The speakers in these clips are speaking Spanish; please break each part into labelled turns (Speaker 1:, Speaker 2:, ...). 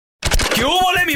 Speaker 1: ¿Qué hubo, le, mi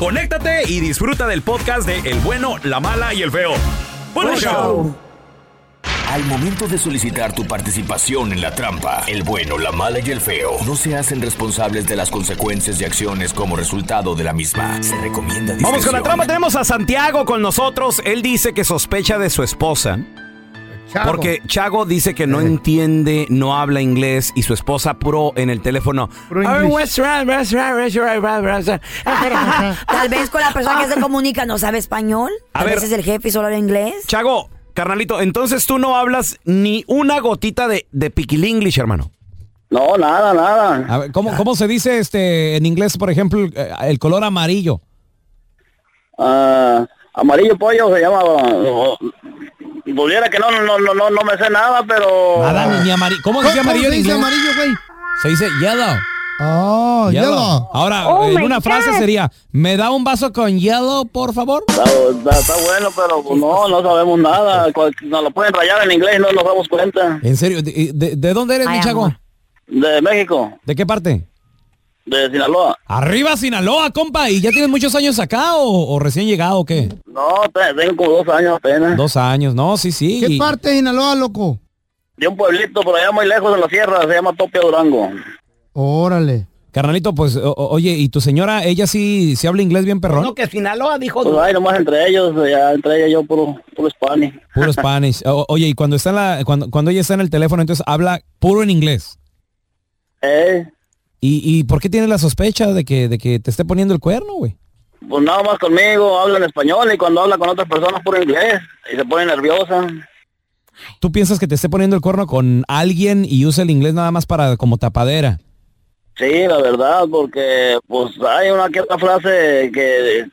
Speaker 1: conéctate y disfruta del podcast de El bueno, la mala y el feo. ¡Buen show!
Speaker 2: Al momento de solicitar tu participación en la trampa, el bueno, la mala y el feo no se hacen responsables de las consecuencias y acciones como resultado de la misma. Se recomienda discreción.
Speaker 1: Vamos con la trampa. Tenemos a Santiago con nosotros. Él dice que sospecha de su esposa.
Speaker 3: Chago.
Speaker 1: Porque Chago dice que no entiende, no habla inglés y su esposa puro en el teléfono.
Speaker 3: Puro
Speaker 1: "Ah,
Speaker 3: inglés.
Speaker 1: restaurant, restaurant, restaurant, restaurant".
Speaker 4: Tal vez con la persona que se comunica no sabe español.
Speaker 1: A
Speaker 4: Tal
Speaker 1: ver.
Speaker 4: vez es el jefe y solo habla inglés.
Speaker 1: Chago, carnalito, entonces tú no hablas ni una gotita de, de piquilinglish, hermano.
Speaker 5: No, nada, nada.
Speaker 6: A ver, ¿cómo, cómo se dice este en inglés, por ejemplo, el- eh, el color amarillo?
Speaker 5: Ah, amarillo pollo se llama. o- Volviera que no, no, no, no, no me sé nada,
Speaker 1: Oh.
Speaker 5: pero.
Speaker 6: Nada, ni, amarillo. ¿Cómo se dice amarillo en
Speaker 3: se dice
Speaker 6: inglés?
Speaker 3: amarillo, güey?
Speaker 6: Se dice yellow.
Speaker 3: Oh,
Speaker 6: yellow.
Speaker 3: yellow.
Speaker 6: Ahora,
Speaker 4: Oh
Speaker 6: en una frase sería, ¿me da un vaso con yellow, por favor?
Speaker 5: Está, está- está bueno, pero pues, no, no sabemos nada. Cual- Nos lo pueden rayar en inglés y no nos damos cuenta.
Speaker 6: En serio, ¿de, eh, de- de dónde eres,
Speaker 4: Ay,
Speaker 6: mi chago?
Speaker 4: amor.
Speaker 5: De México,
Speaker 6: ¿De qué parte?
Speaker 5: de Sinaloa.
Speaker 6: Arriba Sinaloa, compa. ¿Y ya tienes muchos años acá o, o recién llegado o qué?
Speaker 5: No, te- tengo como dos años apenas.
Speaker 6: Dos años, no, sí, sí.
Speaker 3: ¿Qué
Speaker 6: Y-
Speaker 3: parte de Sinaloa, loco?
Speaker 5: De un pueblito por allá muy lejos de la sierra, se llama Topia Durango.
Speaker 3: Órale.
Speaker 6: Carnalito, pues, o- o- oye, ¿y tu señora, ella sí, sí habla inglés bien perrón?
Speaker 1: que Sinaloa dijo.
Speaker 5: Pues ahí nomás entre ellos, ya entre ellos yo puro, puro hispani.
Speaker 6: Puro Spanish. O- oye, y cuando está en la, cuando, cuando ella está en el teléfono, entonces habla puro en inglés.
Speaker 5: Eh,
Speaker 6: ¿Y, y por qué tienes la sospecha de que, de que te esté poniendo el cuerno, güey?
Speaker 5: pues nada más conmigo, habla en español y cuando habla con otras personas puro inglés y se pone nerviosa.
Speaker 6: ¿Tú piensas que te esté poniendo el cuerno con alguien y usa el inglés nada más para como tapadera?
Speaker 5: Sí, la verdad, porque pues hay una que otra frase que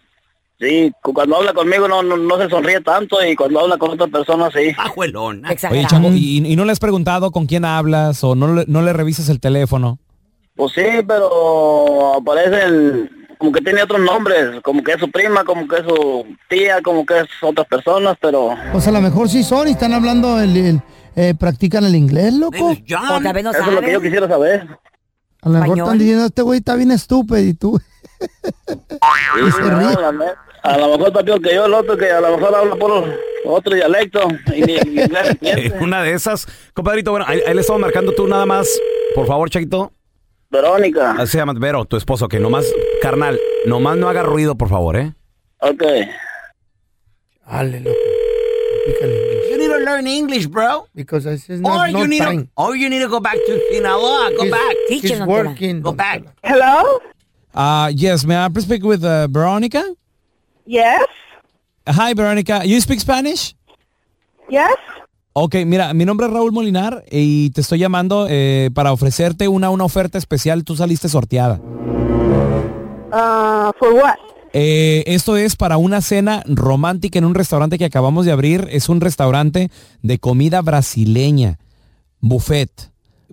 Speaker 5: sí, cu- cuando habla conmigo no, no, no se sonríe tanto y cuando habla con otra persona sí.
Speaker 1: Ajuelona.
Speaker 6: Oye,
Speaker 4: Exagerado.
Speaker 6: chamo, ¿y, y no le has preguntado con quién hablas o no le, no le revisas el teléfono?
Speaker 5: Pues sí, pero aparecen como que tiene otros nombres, como que es su prima, como que es su tía, como que es otras personas, pero
Speaker 3: Pues a lo mejor sí son y están hablando el, el- eh, practican el inglés, loco.
Speaker 4: O tal vez no
Speaker 5: eso es lo que yo
Speaker 4: sabe.
Speaker 5: quisiera saber.
Speaker 3: A lo mejor
Speaker 4: Español.
Speaker 3: están diciendo, este güey está bien estúpido y tú.
Speaker 5: Sí, no, la neta, Ah, a lo mejor está peor que yo el otro, que a lo mejor habla por otro dialecto y ni ni inglés entiende.
Speaker 1: Una de esas. Compadrito, bueno, ahí, ahí le estamos marcando tú nada más. Por favor, Chaquito.
Speaker 5: Verónica,
Speaker 1: Así Ah, se llama Vero, tu esposo, que nomás, carnal, nomás no haga ruido, por favor, ¿eh?
Speaker 5: ok.
Speaker 3: speak in English
Speaker 7: You need to learn English, bro.
Speaker 3: because this is
Speaker 7: Or
Speaker 3: not,
Speaker 7: you
Speaker 3: no
Speaker 7: need
Speaker 3: time.
Speaker 7: to, or you need to go back to Sinaloa. Go
Speaker 3: He's-
Speaker 7: back.
Speaker 3: he's Teach him, Don Tela. working,
Speaker 7: Go
Speaker 3: Don
Speaker 7: back.
Speaker 8: Hello?
Speaker 1: Uh, yes, may I please speak with uh, Veronica?
Speaker 8: Yes?
Speaker 1: Hi, Veronica. You speak Spanish?
Speaker 8: Yes?
Speaker 1: Ok, mira, mi nombre es Raúl Molinar y te estoy llamando eh, para ofrecerte una, una oferta especial. Tú saliste sorteada.
Speaker 8: Uh, for what?
Speaker 1: Eh, esto es para una cena romántica en un restaurante que acabamos de abrir. Es un restaurante de comida brasileña, buffet.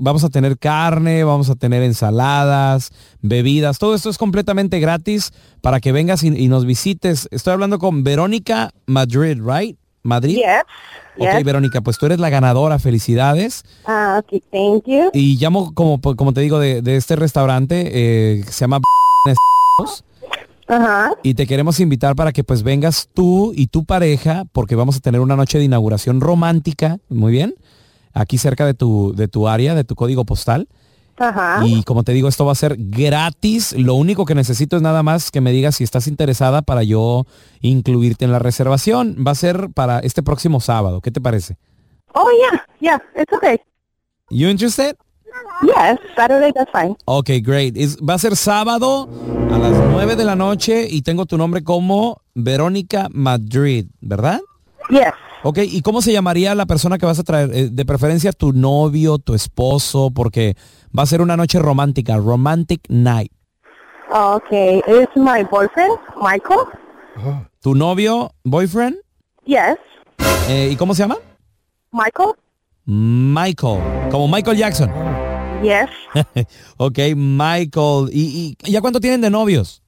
Speaker 1: Vamos a tener carne, vamos a tener ensaladas, bebidas. Todo esto es completamente gratis para que vengas y, y nos visites. Estoy hablando con Verónica Madrid, ¿right? Madrid.
Speaker 8: Yes?
Speaker 1: Ok,
Speaker 8: Yes?
Speaker 1: Verónica, pues tú eres la ganadora. Felicidades.
Speaker 8: Ah, okay, thank you.
Speaker 1: Y llamo, como, como te digo, de, de este restaurante eh, que se llama
Speaker 8: Ajá.
Speaker 1: y te queremos invitar para que pues vengas tú y tu pareja, porque vamos a tener una noche de inauguración romántica, muy bien, aquí cerca de tu, de tu área, de tu código postal.
Speaker 8: Ajá.
Speaker 1: Y como te digo, esto va a ser gratis. Lo único que necesito es nada más que me digas si estás interesada para yo incluirte en la reservación. Va a ser para este próximo sábado. ¿Qué te parece?
Speaker 8: Oh, yeah, yeah, it's okay.
Speaker 1: You interested?
Speaker 8: Yes, Saturday, that's fine.
Speaker 1: Ok, great. Es- va a ser sábado a las 9 de la noche y tengo tu nombre como Verónica Madrid, ¿verdad?
Speaker 8: Yes.
Speaker 1: Ok, ¿y cómo se llamaría la persona que vas a traer? Eh, De preferencia tu novio, tu esposo, porque va a ser una noche romántica, romantic night.
Speaker 8: Okay, it's my boyfriend, Michael.
Speaker 1: ¿Tu novio, boyfriend?
Speaker 8: Yes,
Speaker 1: eh, ¿Y cómo se llama?
Speaker 8: Michael.
Speaker 1: Michael, como Michael Jackson.
Speaker 8: Yes,
Speaker 1: ok, Michael. ¿Y, y ya cuánto tienen de novios?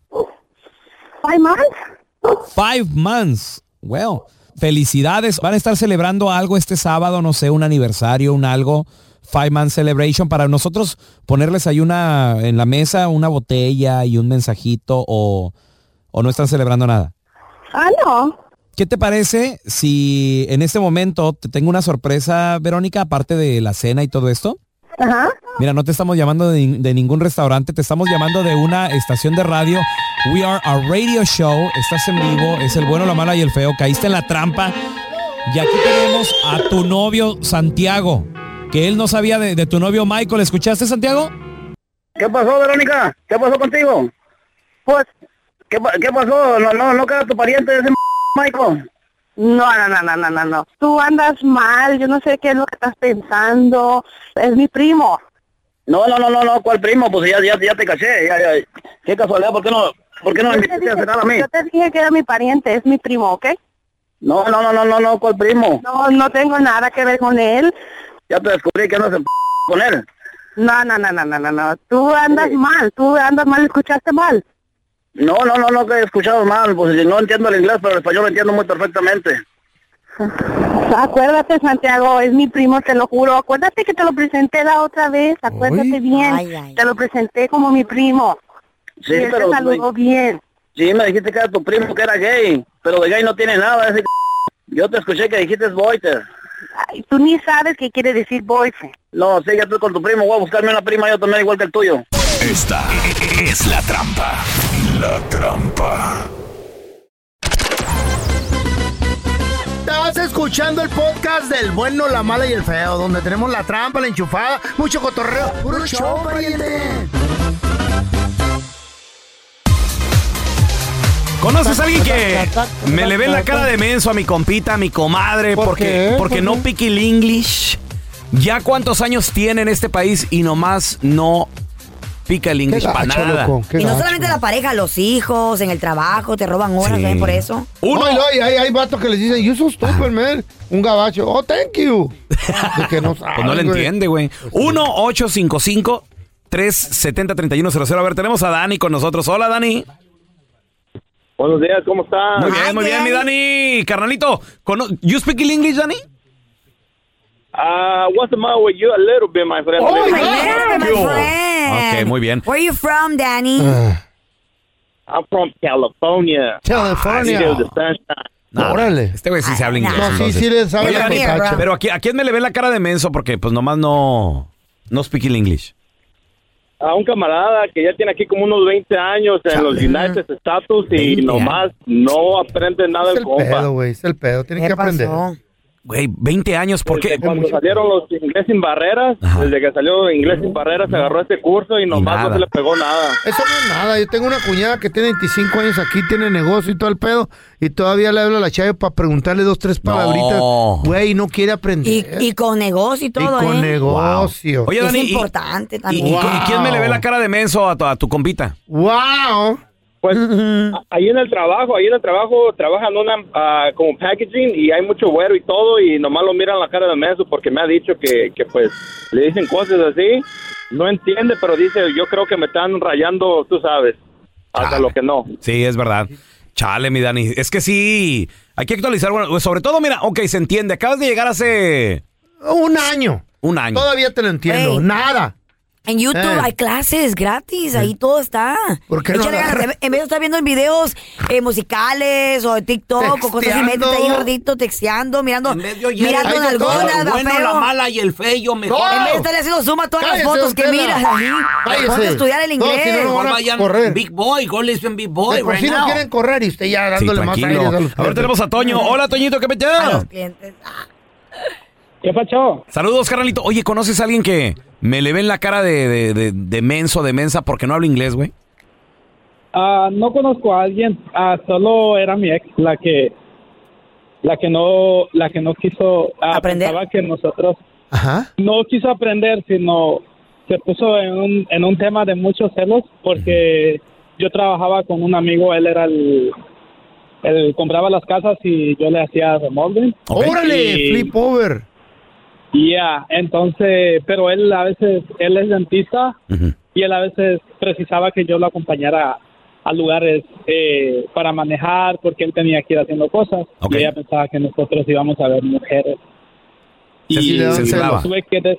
Speaker 8: five months.
Speaker 1: Five months. Well, felicidades. Van a estar celebrando algo este sábado, no sé, un aniversario, un algo. Five month celebration para nosotros ponerles ahí una en la mesa una botella y un mensajito o, o no están celebrando nada.
Speaker 8: Ah, no.
Speaker 1: ¿Qué te parece si en este momento te tengo una sorpresa, Verónica, aparte de la cena y todo esto?
Speaker 8: Ajá.
Speaker 1: Mira, no te estamos llamando de, nin- de ningún restaurante, te estamos llamando de una estación de radio. We are a radio show, estás en vivo, es el bueno, la mala y el feo, caíste en la trampa. Y aquí tenemos a tu novio Santiago, que él no sabía de, de tu novio Michael. ¿Escuchaste, Santiago?
Speaker 5: ¿Qué pasó, Verónica? ¿Qué pasó contigo?
Speaker 8: Pues,
Speaker 5: ¿Qué, pa- qué pasó? No, no, no queda tu pariente ese m- Michael.
Speaker 8: no, no, no, no, no, no, no. Tú andas mal, yo no sé qué es lo que estás pensando. Es mi primo.
Speaker 5: No, no, no, no, no, ¿cuál primo? Pues ya, ya, ya te caché. Ya, ya. Qué casualidad, ¿por qué no, por qué no me
Speaker 8: Yo te,
Speaker 5: invitaste a
Speaker 8: dije,
Speaker 5: cenar a mí?
Speaker 8: yo te dije que era mi pariente, es mi primo, ¿ok?
Speaker 5: No, no, no, no, no, no, ¿cuál primo?
Speaker 8: No, no tengo nada que ver con él.
Speaker 5: Ya te descubrí que andas en p- con él.
Speaker 8: No, no, no, no, no, no, no. Tú andas mal, tú andas mal, escuchaste mal.
Speaker 5: No, no, no, no, que he escuchado mal. Pues no entiendo el inglés, pero el español lo entiendo muy perfectamente.
Speaker 8: Acuérdate, Santiago, es mi primo, te lo juro. Acuérdate que te lo presenté la otra vez, acuérdate
Speaker 3: Uy.
Speaker 8: bien.
Speaker 4: Ay, ay.
Speaker 8: Te lo presenté como mi primo.
Speaker 5: Sí,
Speaker 8: y él
Speaker 5: pero-
Speaker 8: te saludó bien.
Speaker 5: Sí, me dijiste que era tu primo, que era gay, pero de gay no tiene nada. Ese... c- Yo te escuché que dijiste boiter.
Speaker 8: Ay, tú ni sabes qué quiere decir boyfriend.
Speaker 5: No, sí, ya estoy con tu primo, voy a buscarme una prima yo también igual que el tuyo.
Speaker 9: Esta es la trampa.
Speaker 10: La trampa.
Speaker 3: Estás escuchando el podcast del bueno, la mala y el feo, donde tenemos la trampa, la enchufada, mucho cotorreo. ¡Puro show, pariente!
Speaker 11: ¿Conoces a alguien que me le ve la cara de menso a mi compita, a mi comadre,
Speaker 3: ¿Por
Speaker 11: porque,
Speaker 3: qué?
Speaker 11: porque
Speaker 3: ¿Por
Speaker 11: no
Speaker 3: qué?
Speaker 11: pique el English? ¿Ya cuántos años tiene en este país y nomás no pica el English para
Speaker 3: gacho,
Speaker 11: nada?
Speaker 3: loco, qué
Speaker 4: Y no
Speaker 3: gacho.
Speaker 4: solamente la pareja, los hijos, en el trabajo, te roban horas
Speaker 11: Sí.
Speaker 4: ¿sabes por eso.
Speaker 11: Uno,
Speaker 3: No, y luego hay, hay, hay vatos que les dicen, you so stupid, man. Un gabacho, oh, thank you. De que no
Speaker 11: pues no le
Speaker 3: saben, güey.
Speaker 11: entiende, güey. 1-855-370-3100. A ver, tenemos a Dani con nosotros. Hola, Dani.
Speaker 5: Buenos días, ¿cómo estás?
Speaker 11: Muy bien, muy bien, mi Dani. Carnalito, cono- ¿you speak in English, Dani?
Speaker 5: Uh, what's the matter with you? A little bit, my friend.
Speaker 3: Oh,
Speaker 4: My
Speaker 3: yeah.
Speaker 4: friend, my friend.
Speaker 11: Ok, muy bien.
Speaker 4: Where are you from, Danny?
Speaker 5: Ah. I'm from California.
Speaker 3: California.
Speaker 5: sunshine.
Speaker 11: No,
Speaker 3: Ah, Órale.
Speaker 11: Este güey sí se habla
Speaker 4: Ah,
Speaker 11: inglés.
Speaker 4: no,
Speaker 3: no, sí,
Speaker 11: entonces.
Speaker 3: sí le saben
Speaker 4: Oye,
Speaker 3: la
Speaker 4: Dani,
Speaker 3: muchacha.
Speaker 11: Pero aquí, ¿a quién me le ve la cara de menso? Porque pues nomás no... No speak in English.
Speaker 5: a un camarada que ya tiene aquí como unos 20 años en los United Status y
Speaker 11: 20
Speaker 5: nomás no aprende nada
Speaker 3: Es el
Speaker 5: el
Speaker 3: pedo,
Speaker 5: compa.
Speaker 3: güey, es el pedo, tienen
Speaker 4: ¿Qué
Speaker 3: que aprender.
Speaker 4: pasó?
Speaker 1: Güey, 20 años, ¿por qué?
Speaker 5: Desde cuando salieron los inglés sin barreras, desde que salió inglés sin barreras, se agarró este curso y nomás
Speaker 3: nada.
Speaker 5: no se le pegó nada.
Speaker 3: Eso no es nada. Yo tengo una cuñada que tiene 25 años aquí, tiene negocio y todo el pedo. Y todavía le hablo a la chave para preguntarle dos, tres palabritas. Güey, no quiere aprender.
Speaker 4: Y, y con negocio y todo,
Speaker 3: con
Speaker 4: ¿eh?
Speaker 3: negocio.
Speaker 1: Oye,
Speaker 4: es
Speaker 1: Dani, y-
Speaker 4: importante también.
Speaker 1: ¿Y, y- y quién me le ve la cara de menso a tu, a tu compita?
Speaker 3: ¡Wow!
Speaker 5: Pues a- ahí en el trabajo, ahí en el trabajo trabajan una, ah, como packaging y hay mucho güero y todo y nomás lo miran la cara de menso porque me ha dicho que, que pues le dicen cosas así, no entiende, pero dice yo creo que me están rayando, tú sabes,
Speaker 8: Ah.
Speaker 5: hasta lo que no.
Speaker 1: Sí, es verdad. Chale, mi Dani. Es que sí, hay que actualizar. Bueno, pues, sobre todo, mira, ok, se entiende. Acabas de llegar hace
Speaker 3: Un año.
Speaker 1: un año.
Speaker 3: Todavía te lo entiendo.
Speaker 4: Ey.
Speaker 3: Nada.
Speaker 4: En YouTube
Speaker 3: Eh.
Speaker 4: hay clases gratis, ahí todo está.
Speaker 3: ¿Por qué no
Speaker 4: Échale
Speaker 3: agarra?
Speaker 4: ganas. En vez de estar viendo videos eh, musicales o de TikTok o cosas así,
Speaker 3: Texteando.
Speaker 4: métete ahí gordito, texteando, mirando,
Speaker 12: oye,
Speaker 4: mirando
Speaker 12: ahí
Speaker 4: en
Speaker 12: está todo.
Speaker 4: alguna,
Speaker 12: Bueno, la mala y el feo, mejor.
Speaker 4: En vez de estarle haciendo suma a todas
Speaker 12: Cállese,
Speaker 4: las fotos que
Speaker 12: usted,
Speaker 4: miras,
Speaker 12: la-
Speaker 4: ahí.
Speaker 12: Cállese.
Speaker 4: ponte a estudiar el
Speaker 12: No,
Speaker 4: inglés.
Speaker 12: si no, no van a
Speaker 4: Mejor vayan
Speaker 12: correr.
Speaker 4: Big Boy, go listen Big Boy
Speaker 3: De por sí no quieren correr y usted ya
Speaker 1: Sí,
Speaker 3: dándole más aire
Speaker 1: tranquilo.
Speaker 3: a los
Speaker 1: A ver,
Speaker 3: clientes.
Speaker 1: tenemos a Toño. Hola, Toñito, ¿qué peteo?
Speaker 8: ¿Qué pacho?
Speaker 1: Saludos, carnalito. Oye, ¿conoces a alguien que me le ve en la cara de, de, de, de menso, de mensa, porque no habla inglés, güey?
Speaker 8: Ah, no conozco a alguien, ah, solo era mi ex la que la que no la que no quiso ah,
Speaker 4: Aprender.
Speaker 8: pensaba que nosotros no quiso aprender, sino se puso en un, en un tema de muchos celos porque yo trabajaba con un amigo, él era el él compraba las casas y yo le hacía remolque.
Speaker 3: ¡Órale!
Speaker 8: Y-
Speaker 3: Flip over.
Speaker 8: Ya, entonces, pero él a veces, él es dentista y él a veces precisaba que yo lo acompañara a lugares eh, para manejar porque él tenía que ir haciendo cosas
Speaker 1: Ok.
Speaker 8: y ella pensaba que nosotros íbamos a ver mujeres.
Speaker 1: Se-
Speaker 8: Y
Speaker 1: se encelaba.
Speaker 8: tuve que, des-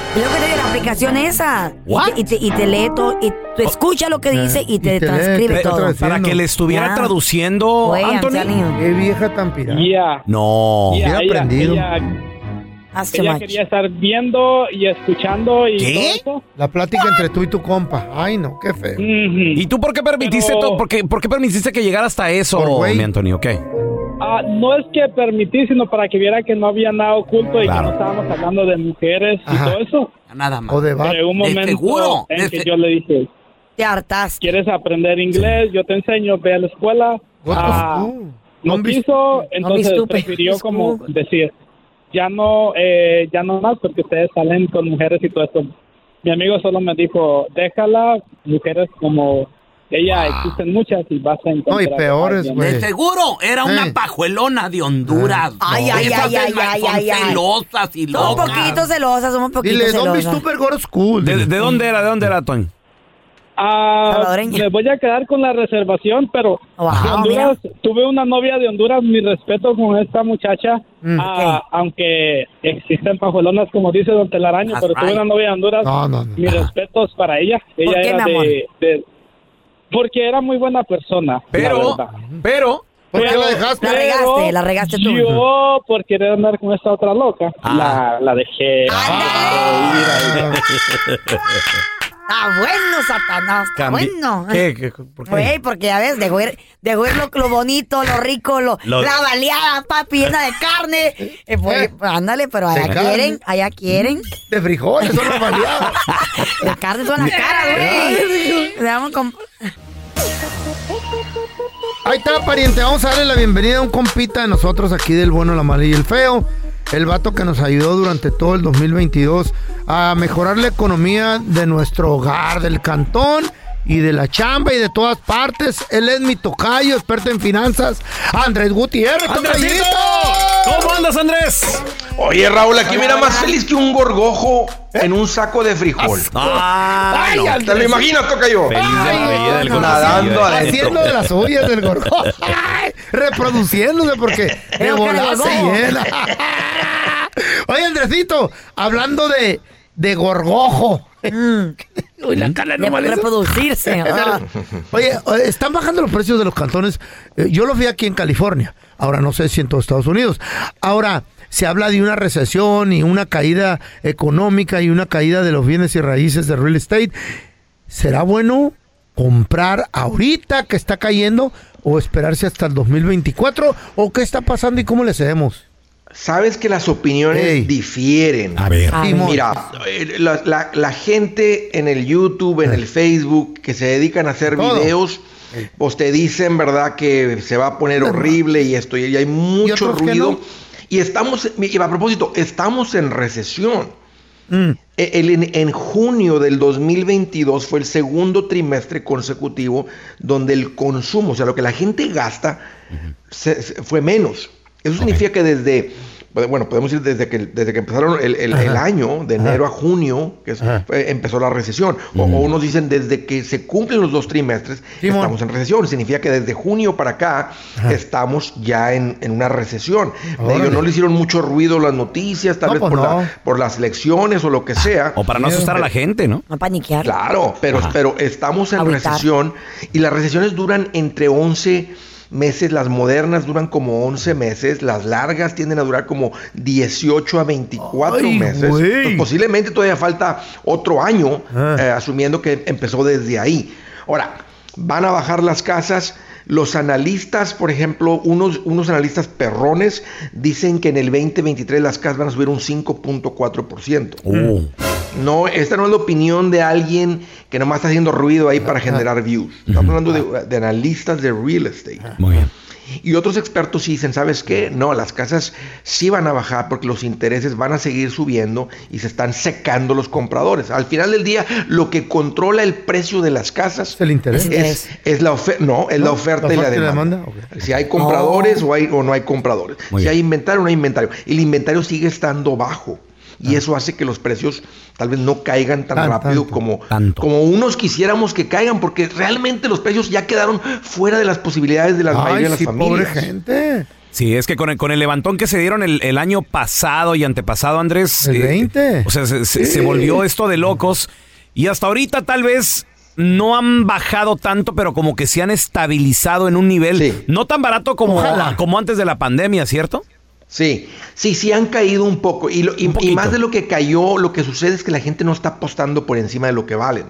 Speaker 4: Y Luego que te la aplicación esa.
Speaker 1: What?
Speaker 4: Y te, y te lee todo, y tú escucha lo que dice y
Speaker 1: te
Speaker 4: te,
Speaker 1: lee,
Speaker 4: transcribe
Speaker 1: te-
Speaker 4: todo.
Speaker 1: Para que le estuviera
Speaker 4: Ya.
Speaker 1: traduciendo
Speaker 4: Güey, I'm
Speaker 1: Anthony.
Speaker 4: telling you.
Speaker 3: Qué vieja tan pirata.
Speaker 1: No.
Speaker 8: Ya, ella- Ella,
Speaker 4: That's
Speaker 8: ella quería estar viendo y escuchando pues, y todo eso.
Speaker 3: La plática entre tú y tu compa. Ay, no, qué feo.
Speaker 1: ¿Y tú por qué permitiste
Speaker 8: Pero-
Speaker 1: todo? ¿Por qué, por qué permitiste que llegara hasta eso, mi Anthony? Ok.
Speaker 8: Ah, no es que permití, sino para que viera que no había nada oculto y que no estábamos hablando de mujeres y todo eso.
Speaker 12: Nada más.
Speaker 8: O de Llegó un momento
Speaker 12: seguro.
Speaker 8: en que yo le dije,
Speaker 4: te hartaste.
Speaker 8: ¿Quieres aprender inglés? Yo te enseño, ve a la escuela. Ah, no quiso, entonces
Speaker 12: stupid.
Speaker 8: prefirió
Speaker 12: It's
Speaker 8: como decir, ya no, eh, ya no más porque ustedes salen con mujeres y todo eso. Mi amigo solo me dijo, déjala, mujeres como ella, existen muchas y vas a encontrar. a alguien".
Speaker 12: De seguro era una pajuelona de Honduras.
Speaker 4: Ay,
Speaker 12: ¿no?
Speaker 4: ay,
Speaker 12: Esas
Speaker 4: ay, ay,
Speaker 12: del mar
Speaker 4: ay,
Speaker 12: son
Speaker 4: ay, ay.
Speaker 12: celosas y
Speaker 4: Somos
Speaker 12: locas.
Speaker 4: poquitos celosas, somos poquitos celosas.
Speaker 3: school.
Speaker 1: ¿De, de dónde era? ¿De dónde era, Tony?
Speaker 8: Ah,
Speaker 4: Salvadoreña.
Speaker 8: me voy a quedar con la reservación, pero de Honduras, tuve una novia de Honduras, mi respeto con esta muchacha,
Speaker 4: Mm,
Speaker 8: Ah, aunque existen pajolonas como dice Don Telaraño, pero tuve
Speaker 5: right.
Speaker 8: una novia de Honduras, mis respetos para ella, ella
Speaker 5: qué,
Speaker 8: era
Speaker 5: mi amor?
Speaker 8: de, de- porque era muy buena persona, la
Speaker 1: Pero,
Speaker 8: verdad.
Speaker 1: pero,
Speaker 3: ¿Por qué
Speaker 13: Pero-
Speaker 3: la dejaste?
Speaker 13: La regaste, la regaste tú.
Speaker 14: Yo, por querer andar con esta otra loca,
Speaker 4: Ah.
Speaker 14: la, la dejé.
Speaker 8: Ah,
Speaker 4: Está Ah, bueno, Satanás. Está
Speaker 14: Cambi-
Speaker 4: bueno.
Speaker 14: ¿Qué? ¿Qué? ¿Por qué?
Speaker 4: Güey, porque ya ves, dejó ir, dejó ir lo, lo bonito, lo rico, lo,
Speaker 14: Lo-
Speaker 4: la baleada, papi, llena de carne. Eh, pues, ándale, pero
Speaker 3: De
Speaker 4: allá
Speaker 3: carne.
Speaker 4: quieren, allá quieren.
Speaker 3: De frijoles, son las baleadas.
Speaker 4: De carne son las caras, güey. Le damos con-
Speaker 3: Ahí está, pariente. Vamos a darle la bienvenida a un compita de nosotros aquí del bueno, la mala y el feo. El vato que nos ayudó durante todo el 2022 a mejorar la economía de nuestro hogar, del cantón y de la chamba y de todas partes. Él es mi tocayo, experto en finanzas. Andrés Gutiérrez,
Speaker 1: ¡Andresito!
Speaker 3: ¿Cómo
Speaker 1: andas, Andrés?
Speaker 8: Oye, Raúl, aquí mira más feliz que un gorgojo en un saco de frijol.
Speaker 1: Ah,
Speaker 8: Ay,
Speaker 1: no.
Speaker 8: Andrés. ¿Te lo imaginas, toca yo?
Speaker 1: Feliz de la vida del gorgojo.
Speaker 8: Nadando adentro.
Speaker 3: Haciendo de las suyas del gorgojo. Ay, Reproduciéndose porque de
Speaker 8: Pero que
Speaker 3: volada
Speaker 8: le
Speaker 3: se
Speaker 8: llegó.
Speaker 3: llena. Oye, Andresito, hablando de, de gorgojo. Uy, la cara
Speaker 4: Mm, De reproducirse, ah.
Speaker 3: Oye, oye, están bajando los precios de los cantones. Eh, Yo los vi aquí en California. Ahora no sé si en todos Estados Unidos. Ahora se habla de una recesión y una caída económica y una caída de los bienes y raíces de real estate. ¿Será bueno comprar ahorita que está cayendo o esperarse hasta el 2024? ¿O qué está pasando y cómo le cedemos?
Speaker 8: Sabes que las opiniones difieren. A
Speaker 3: ver.
Speaker 8: Mira, eh, la, la- la gente en el YouTube, en el Facebook, que se dedican a hacer
Speaker 3: Todo.
Speaker 8: videos, pues te dicen, ¿verdad?, que se va a poner horrible y esto, y hay mucho
Speaker 3: otros que
Speaker 8: ruido.
Speaker 3: no.
Speaker 8: Y estamos, y a propósito, estamos en recesión. E- el- en, en junio del 2022 fue el segundo trimestre consecutivo donde el consumo, o sea, lo que la gente gasta, se- se- fue menos. Eso significa que desde, bueno, podemos decir desde que, desde que empezaron el, el- el
Speaker 15: Ajá.
Speaker 8: año, de
Speaker 15: Ajá.
Speaker 8: enero a junio, que es-
Speaker 15: Ajá.
Speaker 8: fue- empezó la recesión. O, o unos dicen desde que se cumplen los dos trimestres, estamos en recesión. Significa que desde junio para acá estamos ya en, en una recesión.
Speaker 15: Órale.
Speaker 8: Ellos no le hicieron mucho ruido las noticias, tal
Speaker 15: No,
Speaker 8: vez
Speaker 15: pues
Speaker 8: por, la-
Speaker 15: no.
Speaker 8: por las elecciones o lo que sea.
Speaker 1: O para no asustar a la gente, ¿no?
Speaker 4: No paniquear.
Speaker 8: Claro, pero, pero estamos en
Speaker 4: Agüitar.
Speaker 8: recesión y las recesiones duran entre 11 meses, las modernas duran como 11 meses, las largas tienden a durar como 18 a 24
Speaker 15: Ay,
Speaker 8: meses.
Speaker 15: güey.
Speaker 8: Entonces, posiblemente todavía falta otro año, eh, asumiendo que empezó desde ahí. Ahora, van a bajar las casas. Los analistas, por ejemplo, unos, unos analistas perrones dicen que en el 2023 las casas van a subir un 5.4%.
Speaker 1: Mm.
Speaker 10: Oh.
Speaker 8: No, esta no es la opinión de alguien que nomás está haciendo ruido ahí para generar views. Estamos hablando de, de analistas de real estate.
Speaker 1: Muy bien.
Speaker 8: Y otros expertos sí dicen, ¿sabes qué? No, las casas sí van a bajar porque los intereses van a seguir subiendo y se están secando los compradores. Al final del día, lo que controla el precio de las casas
Speaker 3: el interés.
Speaker 8: es, es la oferta, no, es la oferta y la demanda. Si hay compradores o, hay, o no hay compradores.
Speaker 15: Muy
Speaker 8: si
Speaker 15: bien.
Speaker 8: hay inventario o no hay inventario. El inventario sigue estando bajo. Y eso hace que los precios tal vez no caigan tan,
Speaker 15: Tan,
Speaker 8: rápido
Speaker 15: tanto,
Speaker 8: como, como unos quisiéramos que caigan, porque realmente los precios ya quedaron fuera de las posibilidades de la mayoría de las familias.
Speaker 3: gente.
Speaker 1: Sí, es que con el, con el levantón que se dieron el, el año pasado y antepasado, Andrés.
Speaker 3: El
Speaker 1: eh,
Speaker 3: 20.
Speaker 1: o sea, se, se-
Speaker 3: Sí.
Speaker 1: se volvió esto de locos. Y hasta ahorita tal vez no han bajado tanto, pero como que se han estabilizado en un nivel no tan barato como,
Speaker 8: Ojalá.
Speaker 1: como antes de la pandemia, ¿cierto?
Speaker 8: Sí, sí, sí han caído un poco. Y, lo- y- y más de lo que cayó, lo que sucede es que la gente no está apostando por encima de lo que valen.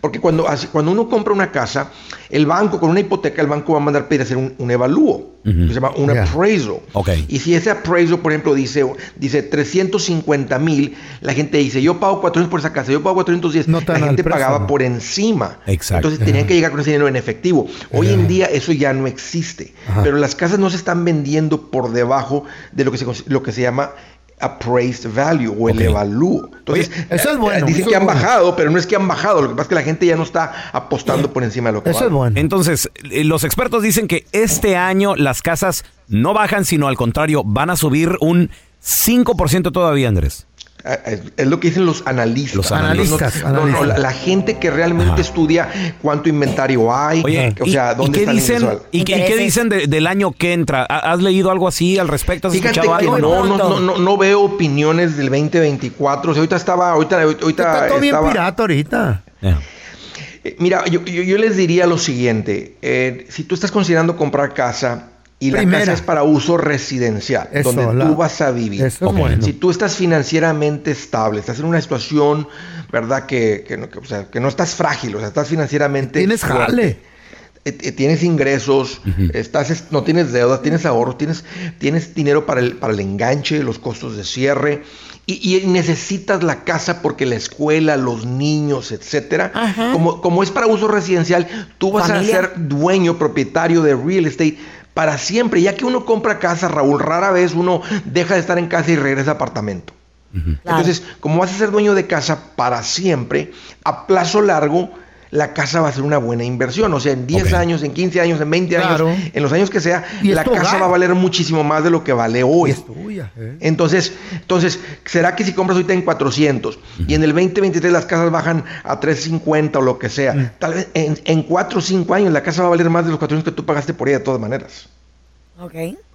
Speaker 8: Porque cuando, así- cuando uno compra una casa, el banco, con una hipoteca, el banco va a mandar pedir hacer un, un evalúo. que Se llama un appraisal.
Speaker 1: Ok.
Speaker 8: Y si ese appraisal, por ejemplo, dice, dice 350 mil, la gente dice, yo pago 400 por esa casa, yo pago 410. la
Speaker 3: al
Speaker 8: gente
Speaker 3: préstamo.
Speaker 8: pagaba por encima.
Speaker 1: Exacto.
Speaker 8: Entonces tenían que llegar con ese dinero en efectivo. Hoy en día eso ya no existe. Pero las casas no se están vendiendo por debajo de lo que se, cons- lo que se llama appraised value o el evalúo. Entonces,
Speaker 3: Pues, eso es
Speaker 8: eh,
Speaker 3: bueno,
Speaker 8: dicen
Speaker 3: eso
Speaker 8: que
Speaker 3: es
Speaker 8: han
Speaker 3: bueno.
Speaker 8: bajado, pero no es que han bajado. Lo que pasa es que la gente ya no está apostando por encima de lo que vale.
Speaker 1: Entonces, eh, los expertos dicen que este año las casas no bajan, sino al contrario, van a subir un 5% todavía, Andrés.
Speaker 8: Ah, Es es lo que dicen los analistas.
Speaker 1: Los analistas,
Speaker 8: No, no, no,
Speaker 1: analistas.
Speaker 8: la, la gente que realmente estudia cuánto inventario hay,
Speaker 1: Oye,
Speaker 8: o
Speaker 1: ¿y-
Speaker 8: sea,
Speaker 1: y
Speaker 8: dónde
Speaker 1: qué
Speaker 8: está el
Speaker 1: dicen,
Speaker 8: ingreso al-
Speaker 1: y, qué- y qué dicen de- del año que entra? ¿Ha- ¿Has leído algo así al respecto? ¿Has
Speaker 8: Fíjate
Speaker 1: escuchado
Speaker 8: que
Speaker 1: algo?
Speaker 8: no, no, no, no, no veo opiniones del 2024. O sea, ahorita estaba, ahorita, ahorita
Speaker 3: Está todo bien
Speaker 8: estaba-
Speaker 3: pirata ahorita.
Speaker 8: Eh, Mira, yo, yo- yo les diría lo siguiente. eh, si tú estás considerando comprar casa Y la
Speaker 3: Primera.
Speaker 8: casa es para uso residencial,
Speaker 3: Eso,
Speaker 8: donde
Speaker 3: la-
Speaker 8: tú vas a vivir.
Speaker 3: Eso es Ok. bueno.
Speaker 8: Si tú estás financieramente estable, estás en una situación, ¿verdad? Que, que no, que, o sea, que no estás frágil, o sea, estás financieramente...
Speaker 3: Tienes
Speaker 8: fuerte.
Speaker 3: jale.
Speaker 8: Eh, eh, tienes ingresos, estás, es- no tienes deudas, tienes ahorros, tienes, tienes dinero para el, para el enganche, los costos de cierre, y, y necesitas la casa porque la escuela, los niños, etcétera. Como, como es para uso residencial, tú vas
Speaker 15: Familia.
Speaker 8: a ser dueño, propietario de real estate. Para siempre, ya que uno compra casa, Raúl, rara vez uno deja de estar en casa y regresa a apartamento. Entonces, como vas a ser dueño de casa para siempre, a plazo largo, la casa va a ser una buena inversión. O sea, en 10 años, en 15 años, en 20
Speaker 3: Claro.
Speaker 8: años, en los años que sea,
Speaker 3: Y es
Speaker 8: la
Speaker 3: tu
Speaker 8: casa
Speaker 3: hogar.
Speaker 8: va a valer muchísimo más de lo que vale hoy.
Speaker 3: Tuya, eh.
Speaker 8: Entonces, entonces, ¿será que si compras ahorita en 400 y en el 2023 las casas bajan a 350 o lo que sea?
Speaker 3: Mm.
Speaker 8: Tal vez en, en 4 o 5 años la casa va a valer más de los 400 que tú pagaste por ella de todas maneras.
Speaker 4: Ok.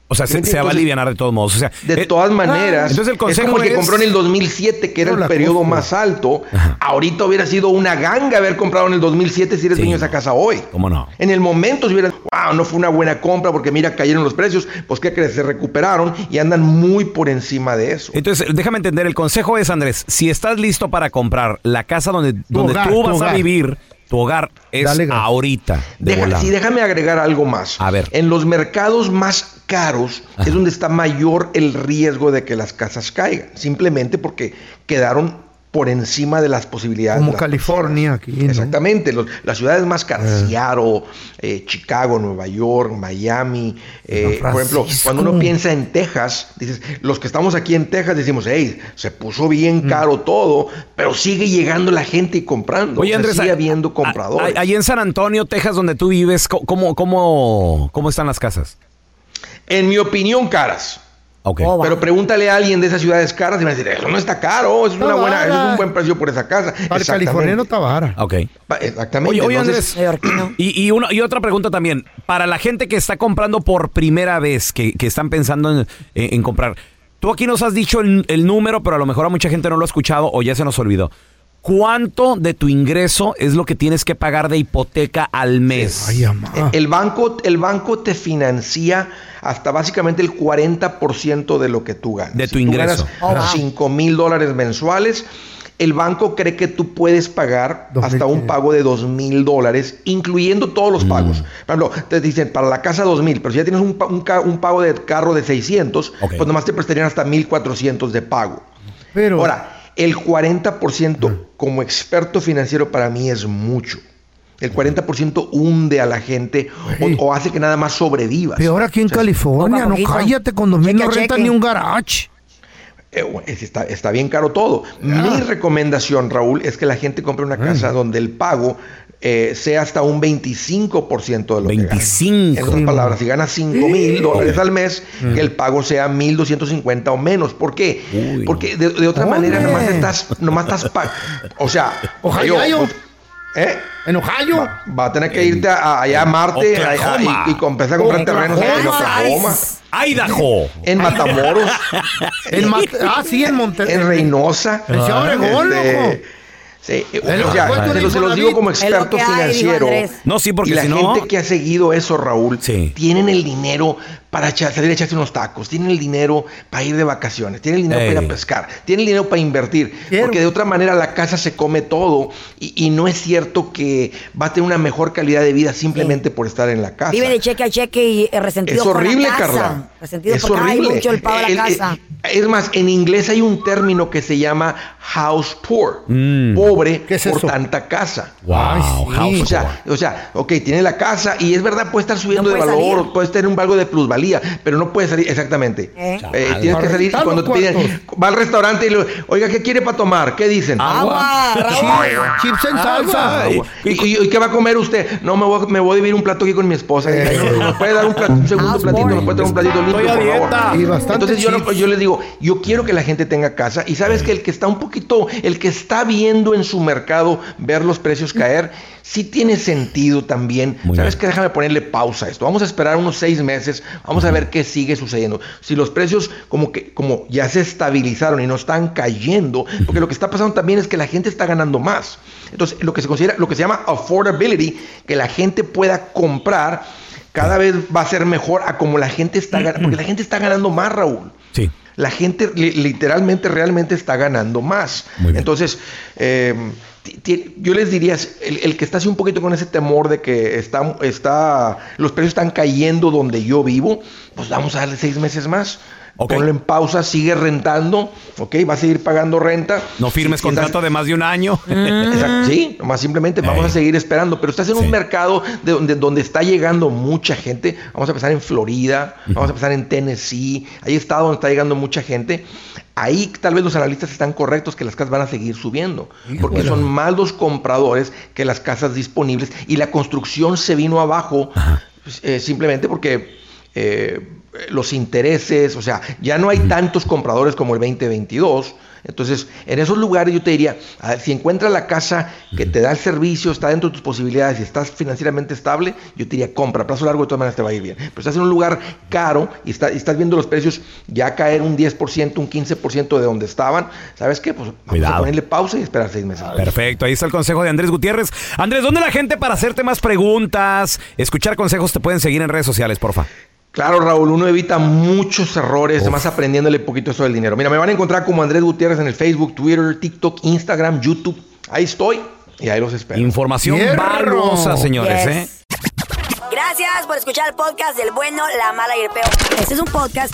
Speaker 1: O sea, se,
Speaker 8: Entonces,
Speaker 1: se va a aliviar de todos modos. O sea,
Speaker 8: De
Speaker 1: eh,
Speaker 8: todas maneras,
Speaker 1: Entonces el
Speaker 8: es
Speaker 1: consejo
Speaker 8: como el que
Speaker 1: es-
Speaker 8: compró en el 2007, que era
Speaker 1: No,
Speaker 8: el
Speaker 1: la
Speaker 8: periodo
Speaker 1: costa.
Speaker 8: más alto. Ahorita hubiera sido una ganga haber comprado en el 2007 si eres dueño de esa casa hoy.
Speaker 1: ¿Cómo no?
Speaker 8: En el momento, si hubieras, wow, Ah, no fue una buena compra porque mira, cayeron los precios, pues ¿qué crees? Se recuperaron y andan muy por encima de eso.
Speaker 1: Entonces, déjame entender, el consejo es, Andrés, si estás listo para comprar la casa donde, donde
Speaker 8: hogar,
Speaker 1: tú
Speaker 8: tu
Speaker 1: vas a
Speaker 8: hogar.
Speaker 1: vivir, tu hogar es
Speaker 8: Dale gas.
Speaker 1: ahorita. De
Speaker 8: Deja-
Speaker 1: volada.
Speaker 8: sí, déjame agregar algo más. A ver. En los mercados más caros es donde está mayor el riesgo de que las casas caigan, simplemente porque quedaron por encima de las posibilidades.
Speaker 3: Como
Speaker 8: de las
Speaker 3: California aquí. ¿no?
Speaker 8: Exactamente, los- las ciudades más caras, Seattle, eh, Chicago, Nueva York, Miami, eh,
Speaker 3: San
Speaker 8: por ejemplo,
Speaker 3: Francisco.
Speaker 8: cuando uno piensa en Texas, dices, los que estamos aquí en Texas decimos, hey, se puso
Speaker 1: Mm.
Speaker 8: bien caro todo, pero sigue llegando la gente y comprando,
Speaker 1: Oye,
Speaker 8: O sea,
Speaker 1: Andrés,
Speaker 8: sigue
Speaker 1: a-
Speaker 8: habiendo compradores.
Speaker 1: Ahí en San Antonio, Texas, donde tú vives, co- ¿cómo, cómo, cómo están las casas?
Speaker 8: En mi opinión, caras.
Speaker 1: Ok.
Speaker 4: Oh,
Speaker 8: Pero pregúntale a alguien de esas ciudades caras y me va a decir, eso no está caro, eso es, una buena, eso es un buen precio por esa casa.
Speaker 3: Para el
Speaker 8: Exactamente.
Speaker 3: californiano Tabara.
Speaker 1: Ok.
Speaker 8: Pa- Exactamente.
Speaker 1: Oye, oye,
Speaker 8: Entonces,
Speaker 1: Andrés, y, y una- y otra pregunta también. Para la gente que está comprando por primera vez, que, que están pensando en, en- en comprar, tú aquí nos has dicho el, el número, pero a lo mejor a mucha gente no lo ha escuchado o ya se nos olvidó. ¿Cuánto de tu ingreso es lo que tienes que pagar de hipoteca al mes?
Speaker 8: El banco, el banco te financia hasta básicamente el 40% de lo que tú ganas.
Speaker 1: De tu
Speaker 8: tú
Speaker 1: ingreso.
Speaker 3: Oh,
Speaker 8: ganas
Speaker 1: Ah.
Speaker 8: 5 mil dólares mensuales. El banco cree que tú puedes pagar hasta un pago de 2 mil dólares, incluyendo todos los pagos. Por ejemplo, te dicen para la casa 2 mil, pero si ya tienes un, pa- un ca- un pago de carro de 600, pues nomás te prestarían hasta 1,400 de pago.
Speaker 3: Pero,
Speaker 1: Ah.
Speaker 8: Ahora, el 40%
Speaker 1: Mm.
Speaker 8: como experto financiero para mí es mucho. El 40% hunde a la gente o, o hace que nada más sobrevivas.
Speaker 3: peor aquí en
Speaker 8: O sea,
Speaker 3: California, no cállate, condominio no
Speaker 8: Cheque a
Speaker 3: renta
Speaker 8: cheque.
Speaker 3: ni un garage.
Speaker 8: eh, bueno, es- está, está bien caro todo. Mi recomendación, Raúl, es que la gente compre una casa donde el pago eh, sea hasta un 25% de lo que gana. En otras palabras, si ganas 5 mil dólares al mes, que el pago sea 1.250 o menos. ¿Por qué? Porque de, de otra manera nomás estás, nomás estás pa- O sea,
Speaker 3: Ohio.
Speaker 8: yo- ¿eh?
Speaker 3: En Ohio.
Speaker 8: Va, va a tener que irte a- a- allá a Marte a- a-
Speaker 1: Oklahoma.
Speaker 8: y, y empezar a comprar terrenos en
Speaker 1: Oklahoma.
Speaker 8: Oklahoma.
Speaker 1: Idaho.
Speaker 8: En Matamoros.
Speaker 3: En Mat- ah, sí, en Monterrey.
Speaker 8: En Reynosa.
Speaker 3: En Ciudad Obregón, loco.
Speaker 8: Sí, eh,
Speaker 3: Es lo
Speaker 8: o sea,
Speaker 3: que cuesta
Speaker 8: se
Speaker 3: un
Speaker 8: lo, se los
Speaker 3: Infonavit.
Speaker 8: digo como
Speaker 3: Es lo que
Speaker 8: experto
Speaker 3: hay, dijo
Speaker 8: financiero.
Speaker 3: Andrés.
Speaker 1: No, sí, porque
Speaker 8: y la
Speaker 1: si no-
Speaker 8: gente que ha seguido eso, Raúl, tienen el dinero para echa- salir a echarse unos tacos, tienen el dinero para ir de vacaciones, tienen el dinero para ir a pescar, tienen el dinero para invertir, porque de otra manera la casa se come todo y, y no es cierto que va a tener una mejor calidad de vida simplemente por estar en la casa.
Speaker 4: Vive de cheque a cheque y eh, resentido
Speaker 8: Es
Speaker 4: por la
Speaker 8: horrible,
Speaker 4: casa.
Speaker 8: Carla.
Speaker 4: Resentido
Speaker 8: Es
Speaker 4: porque ay,
Speaker 8: horrible.
Speaker 4: mucho el pago de la
Speaker 8: El- el-
Speaker 4: casa.
Speaker 8: es más, en inglés hay un término que se llama house poor, pobre por tanta casa.
Speaker 1: Wow, house
Speaker 8: o sea, o sea, ok, tiene la casa y es verdad, puede estar subiendo
Speaker 1: No
Speaker 8: de
Speaker 1: puede
Speaker 8: valor,
Speaker 1: salir.
Speaker 8: o puede tener un valgo de plusvalía, pero no puede salir exactamente.
Speaker 1: ¿Eh?
Speaker 8: Eh,
Speaker 1: Chale.
Speaker 8: tienes que salir y
Speaker 1: Para
Speaker 8: cuando te
Speaker 1: rentar los
Speaker 8: piden, va al restaurante y le oiga, ¿qué quiere para tomar? ¿Qué dicen?
Speaker 3: Agua, Raúl. Chips en salsa.
Speaker 8: Agua. Ah, ¿Y, y- y qué va a comer usted? No, me voy, a- me voy a vivir un plato aquí con mi esposa. ¿Me puede dar un, plato, un segundo platito? ¿Me puede dar un platito limpio,
Speaker 3: Eh. Ah, Estoy a
Speaker 8: por
Speaker 3: dieta.
Speaker 8: favor?
Speaker 3: Y bastante
Speaker 8: Entonces yo, no- yo le digo, yo quiero que la gente tenga casa. Y
Speaker 3: Eh.
Speaker 8: sabes que el que está un poquito, el que está viendo en su mercado ver los precios caer, sí tiene sentido también. ¿Sabes qué? Déjame ponerle pausa a esto. Vamos a esperar unos seis meses. Vamos a ver qué sigue sucediendo. Si los precios como que como ya se estabilizaron y no están cayendo, porque lo que está pasando también es que la gente está ganando más. Entonces, lo que se considera, lo que se llama affordability, que la gente pueda comprar Cada vez va a ser mejor a como la gente está ganando, porque la gente está ganando más, Raúl.
Speaker 1: Sí.
Speaker 8: La gente li- literalmente, realmente está ganando más. Entonces, eh, ti- ti- yo les diría, el, el que está así un poquito con ese temor de que está, está, los precios están cayendo donde yo vivo, pues vamos a darle seis meses más. Ponlo en pausa, sigue rentando, ¿ok? Va a seguir pagando renta.
Speaker 1: No firmes
Speaker 8: Si- si estás-
Speaker 1: contrato de más de un año.
Speaker 8: Exacto, sí, nomás simplemente vamos a seguir esperando, pero estás en un mercado de donde, donde está llegando mucha gente, vamos a empezar en Florida, vamos a empezar en Tennessee, ahí está donde está llegando mucha gente, ahí tal vez los analistas están correctos que las casas van a seguir subiendo, porque
Speaker 1: bueno.
Speaker 8: son más los compradores que las casas disponibles y la construcción se vino abajo eh, simplemente porque... eh, los intereses, o sea, ya no hay tantos compradores como el 2022. Entonces, en esos lugares yo te diría, a ver, si encuentras la casa que te da el servicio, está dentro de tus posibilidades y estás financieramente estable, yo te diría, compra, a plazo largo de todas maneras te va a ir bien. Pero estás en un lugar caro y, está- y estás viendo los precios ya caer un 10%, un 15% de donde estaban, ¿sabes qué? Pues vamos
Speaker 1: Cuidado.
Speaker 8: a ponerle pausa y esperar seis meses.
Speaker 1: Perfecto, ahí está el consejo de Andrés Gutiérrez. Andrés, ¿dónde la gente para hacerte más preguntas, escuchar consejos te pueden seguir en redes sociales, porfa?
Speaker 8: Claro, Raúl, uno evita muchos errores, además aprendiéndole poquito eso del dinero. Mira, me van a encontrar como Andrés Gutiérrez en el Facebook, Twitter, TikTok, Instagram, YouTube. Ahí estoy y ahí los espero.
Speaker 1: Información valiosa, señores, ¿eh?
Speaker 16: Gracias por escuchar el podcast del bueno, la mala y el peo. Este es un podcast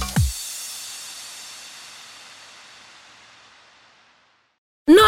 Speaker 4: No